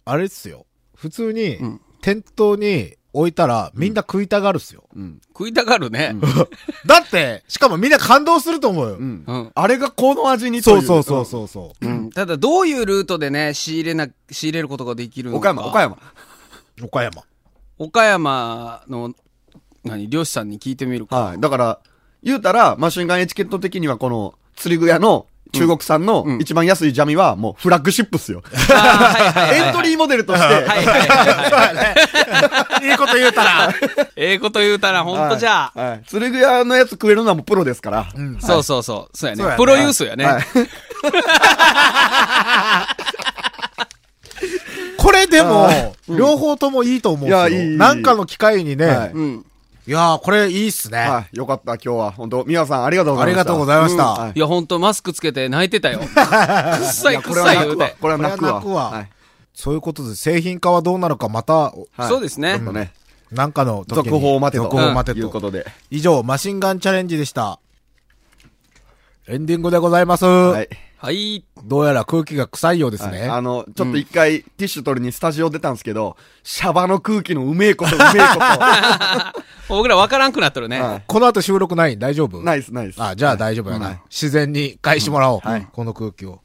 S2: あれっすよ。普通に、店頭に置いたら、みんな食いたがるっすよ。
S4: 食いたがるね。
S2: *laughs* だって、しかもみんな感動すると思うよ。
S4: うん
S3: あれがこの味にとい
S2: そうそうそうそうそう。
S4: うんただ、どういうルートでね、仕入れな、仕入れることができる
S3: う
S4: の
S3: ん
S4: か。
S3: 岡山、岡。山。
S2: 岡山。 *laughs*
S4: 岡山の、何、漁師さんに聞いてみるか。
S3: はい。だから、言うたら、マシンガンエチケット的にはこの、釣り具屋の中国産の
S4: うん
S3: 一番安いジャミはもうフラッグシップっすよ。
S4: あーはいはいはい
S3: エントリーモデルとして、
S4: はいはいはいはい。
S2: いいこと言うたら。
S4: ええこと言うたら、ほんとじゃあ。
S3: はいはい釣り具屋のやつ食えるのはもうプロですから。
S4: そうそうそう。そ
S2: そう
S4: うや
S2: や
S4: ね。
S2: ね
S4: プロユースやね。
S3: はい
S2: これでも、両方ともいいと思うっすよ
S3: いやいいいい
S2: なんかの機会にね、
S3: はい
S2: い、
S4: うん。
S2: やー、これいいっすね。
S3: はい。よかった、今日は。本当ミワさんありがとうご
S2: あ
S3: ざい
S2: り
S3: ました。
S2: がとうご
S3: い
S2: ざいまし
S3: うんは
S2: た。
S4: いや、ほんとマスクつけて泣いて
S3: *laughs*
S4: たよ。くっさいくっ
S3: これ
S4: さ
S3: はい
S4: 言
S3: 泣
S4: う
S3: くわ
S4: て。。
S3: これは泣く
S2: これは
S3: わ。
S2: 泣くわ
S3: はい
S2: そういうことで、製品化はどうなるかまた、
S3: はい
S4: そうですね
S3: ちょっとね、
S2: なんかの時に
S3: 続報を待てと。
S2: 続報を待て
S3: い
S2: と。
S3: うことで。
S2: 以上、マシンガンチャレンジでした。エンディングでございます。
S3: はい。
S4: はい。
S2: どうやら空気が臭いようですね。
S3: あの、ちょっと一回、ティッシュ取りにスタジオ出たんですけど、シャバの空気のうめえこと、うめえこ
S4: 僕らわからんくなっとるね。
S3: と。は
S2: この後収録ない大丈夫
S3: い。ナイスナイス。
S2: あ、じゃあ大丈夫やな。
S3: はい
S2: 自然に返してもらおう、
S3: うんはい
S2: この空気を。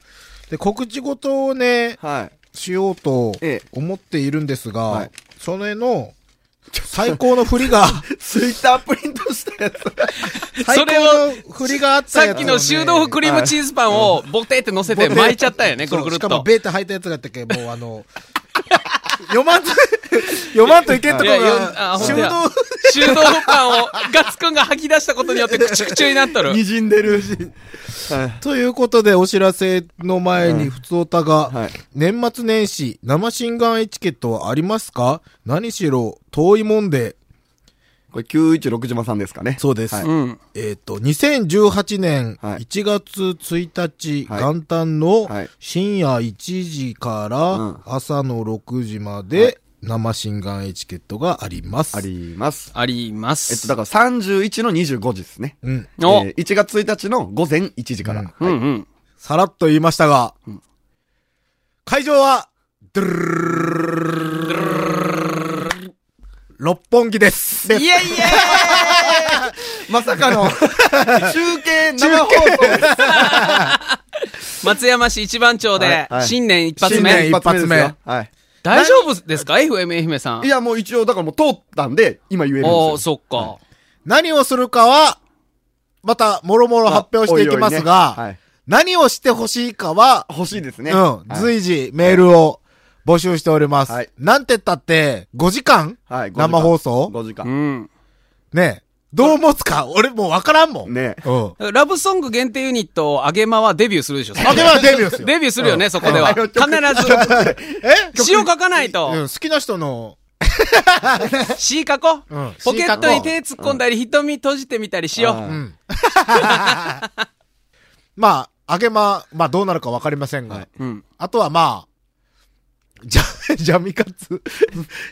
S2: で、告知事をね、
S3: はい。
S2: しようと
S3: ええ
S2: 思っているんですが、
S3: はい
S2: それの、最高の振りが、
S3: ツイッタープリントしたやつ。
S2: 最
S4: *laughs* それを
S2: 高の振りがあった
S4: さ
S2: や
S4: っ
S2: つを
S4: き
S2: ね、
S4: の修道府クリームチーズパンをボテって乗せて
S2: ボテ
S4: 巻いちゃったよね、
S2: そ
S4: く
S2: う
S4: るくるっ
S2: しかも
S4: と。
S2: ベータ履いたやつがあったっけ、もうあの、 *laughs* 読まんと、
S4: *laughs*
S2: 読まんといけんとこ
S4: い
S2: が
S4: や、よあ、、ほん
S2: 修
S4: とや
S2: 道。
S4: 修道府パンをガツくんが吐き出したことによってくちゅくちゅになっとる。
S3: 滲んでる。はい。
S2: ということで、お知らせの前に、ふつおたが、
S3: はい
S2: 年末年始、生心眼エチケットはありますか何しろ、遠いもんで、
S3: これ916島さんですかね。
S2: そうです。
S3: はい
S4: うん。
S2: えっ、と、2018年
S3: はい
S2: 1月1日、
S3: はい
S2: 元旦の
S3: はい
S2: 深夜1時か
S3: うん
S2: ら朝の6時ま
S3: は
S2: で、生心眼エチケットがあります。
S3: あります。
S4: ありま
S3: えっと、
S4: す
S3: だ。から31の25時ですね。
S2: うん。
S4: お
S3: えー1月1日の午前1時から。
S4: うんうん。
S2: さらっと言いましたが、会場は、ドゥルルルルルルルル六本木です。
S4: イエイイエ
S3: まさか
S2: *laughs*
S3: の、中継生放送
S4: イ松山市一番町で
S3: はいはい
S4: 新年一発
S2: 新年
S4: 目
S2: 一。発目
S3: ですよはい。
S4: 大丈夫ですか ?FM 愛媛さん
S3: い。や、もう一応、だからもう通ったんで、今言えるんですよ。
S4: おー、そっか。
S2: 何をするかは、また、もろもろ発表していきますが、
S3: まあおいおいねはい
S2: 何をしてほしいかは、
S3: 欲しいですね。
S2: うん、
S3: はい。
S2: 随時メールを募集しております。
S3: はい
S2: なんてったって、5時間
S3: はい5時間
S2: 生放送
S3: 5時
S4: う
S3: 間。
S4: ん。
S2: ねえどう持つか、俺もうわからんもん。
S3: ねえ
S2: うん。
S4: ラブソング限定ユニット、あげまはデビューするでしょ
S2: あ、ではデビューですよ。
S4: デビューするよね、そこで
S3: あ
S4: は。
S3: の
S4: 必
S3: 曲
S2: え
S4: ず、詩を書かない
S2: うん、
S4: と。
S2: 好きな人の、
S4: 詩書こう
S2: うん。
S4: ポケットに手
S2: 詩
S4: 突っ込んだり、瞳閉じてみたりしよ
S2: う
S4: う。
S2: ん。 *laughs* まあ、あげま、まあどうなるかわかりませんが、
S3: はい
S4: うん。
S2: あとはまあ、ジャ、 *laughs* ジャミカツ、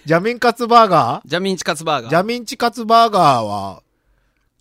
S2: ジャミンカツバーガ
S4: ジャミンチカツバー
S2: ージ
S4: ガー。
S2: ャミンチカツバーガーは、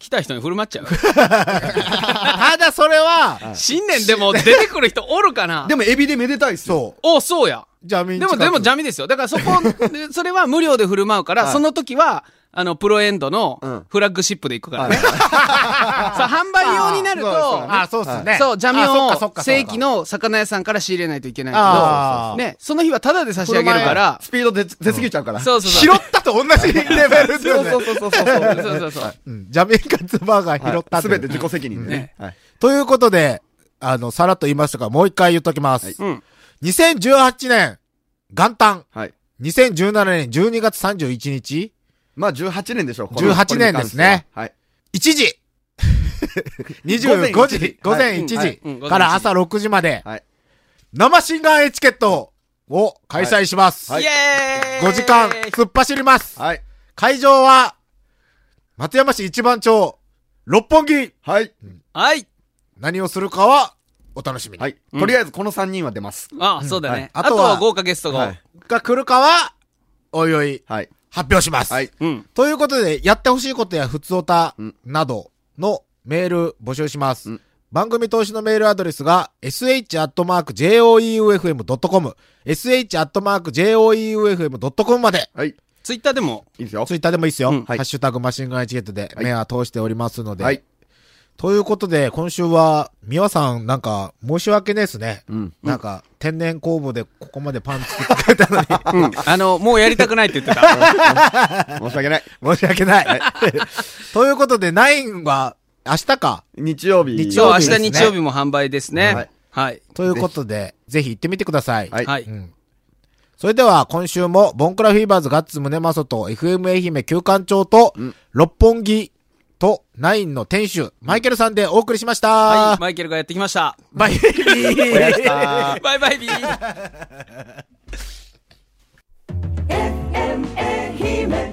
S4: 来た人に振る舞っちゃう。
S2: ただそれは、
S4: 新年でも出てくる人おるかな
S3: でも、エビでめでたいっすよ。
S2: そ
S4: お、そうや。
S2: う。ジャミン
S4: で
S2: チカ
S4: も、
S2: ツ
S4: でも邪味ですよ。だか
S2: *laughs*
S4: らそこ、でそれは無料で振る舞うから、
S3: はい
S4: その時は、あの、プロエンドの
S3: うん
S4: フラッグシップで行くからね。そう、販売用になると、
S2: あ、そうっすね。
S4: そう、ジャミ
S2: あ
S4: オ
S2: そっかそっ
S4: を
S2: か
S4: 正規
S2: そっか
S4: の魚屋さんから仕入れないといけない
S2: あー
S4: けど、ね、その日はタダで差し上げるから、
S3: スピード出出すぎちゃうから。
S4: そうそう
S2: 拾
S4: そう。
S2: ったと同じレベルですよね。
S3: そうそうそうそうそう。
S4: そうそうそう。
S2: うんジャミンカツバーガー拾ったって
S3: はいす
S2: いう
S3: べて自己責任でね。はい
S2: ということで、あの、さらっと言いましたが、もう一回言っときます。
S4: うん。
S2: 2018年、元旦。
S3: はい。
S2: 2017年12月31日、
S3: まあ、18年でしょう。この
S2: 18年ですね。
S3: これに関してははい。
S2: 1時
S4: *laughs*
S2: !25 時、午
S3: 午
S2: 前
S3: 前
S2: 1
S3: 1
S4: 時はいうんうん
S2: 時
S4: 午前1時
S2: から朝6時まで
S3: はい、
S2: 生シンガーエチケットを開催します。
S3: はい
S4: イエーイ
S2: 5時間突っ走ります。
S3: はい。
S2: 会場は、松山市一番町、六本木
S3: はい。
S4: はい。
S2: 何をするかは、お楽しみに。
S3: はい。とりあえずこの3人は出ます。
S4: ああ、そうだ
S2: は
S4: ね。
S2: い
S4: あ
S2: あと
S4: と
S2: は
S4: は豪華ゲスト
S3: は
S4: が
S3: い。
S2: が来るかは、おいおい、
S3: はい。
S2: 発表します。
S3: はい。
S4: うん。
S2: ということで、やってほしいことや普通おた
S3: うん
S2: などのメール募集します。
S3: うん
S2: 番組投資のメールアドレスが sh.joeufm.com sh.joeufm.com まで。
S3: はい。い
S4: ツイッターでも、
S3: いですよ
S2: ツ。イッターでもいいですよ。
S4: うん
S2: ハ
S3: はい
S2: ッシュタグマシンガンエチケットで
S3: はい
S2: 目は通しておりますので。
S3: はい。
S2: ということで、今週は、美和さん、なんか、申し訳ねえですね。
S3: うん。
S2: なんか、天然酵母でここまでパン作
S3: *laughs*
S2: ってくれたのに。
S4: うん。あの、もうやりたくないって言ってた。
S3: 申し訳ない。
S2: 申し訳ない。 *laughs* ということで、ナインは、明日か。
S3: 日曜日。
S2: 日
S4: そう、
S2: 曜
S4: 明
S2: 日
S4: 日日曜日も販売です
S3: は
S4: ね
S3: い。
S4: はい。
S2: ということで、ぜひ行ってみてください。。
S3: はい
S4: はいう
S2: ん。それでは、今週も、ボンクラフィーバーズガッツムネマソと、FM 愛媛旧館長と、
S3: うん
S2: 六本木と、ナインの店主、マイケルさんでお送りしました。
S4: はい。マイケルがやってきました。
S2: バイ
S3: おやすみなさい
S4: バイバイビー。
S1: 愛媛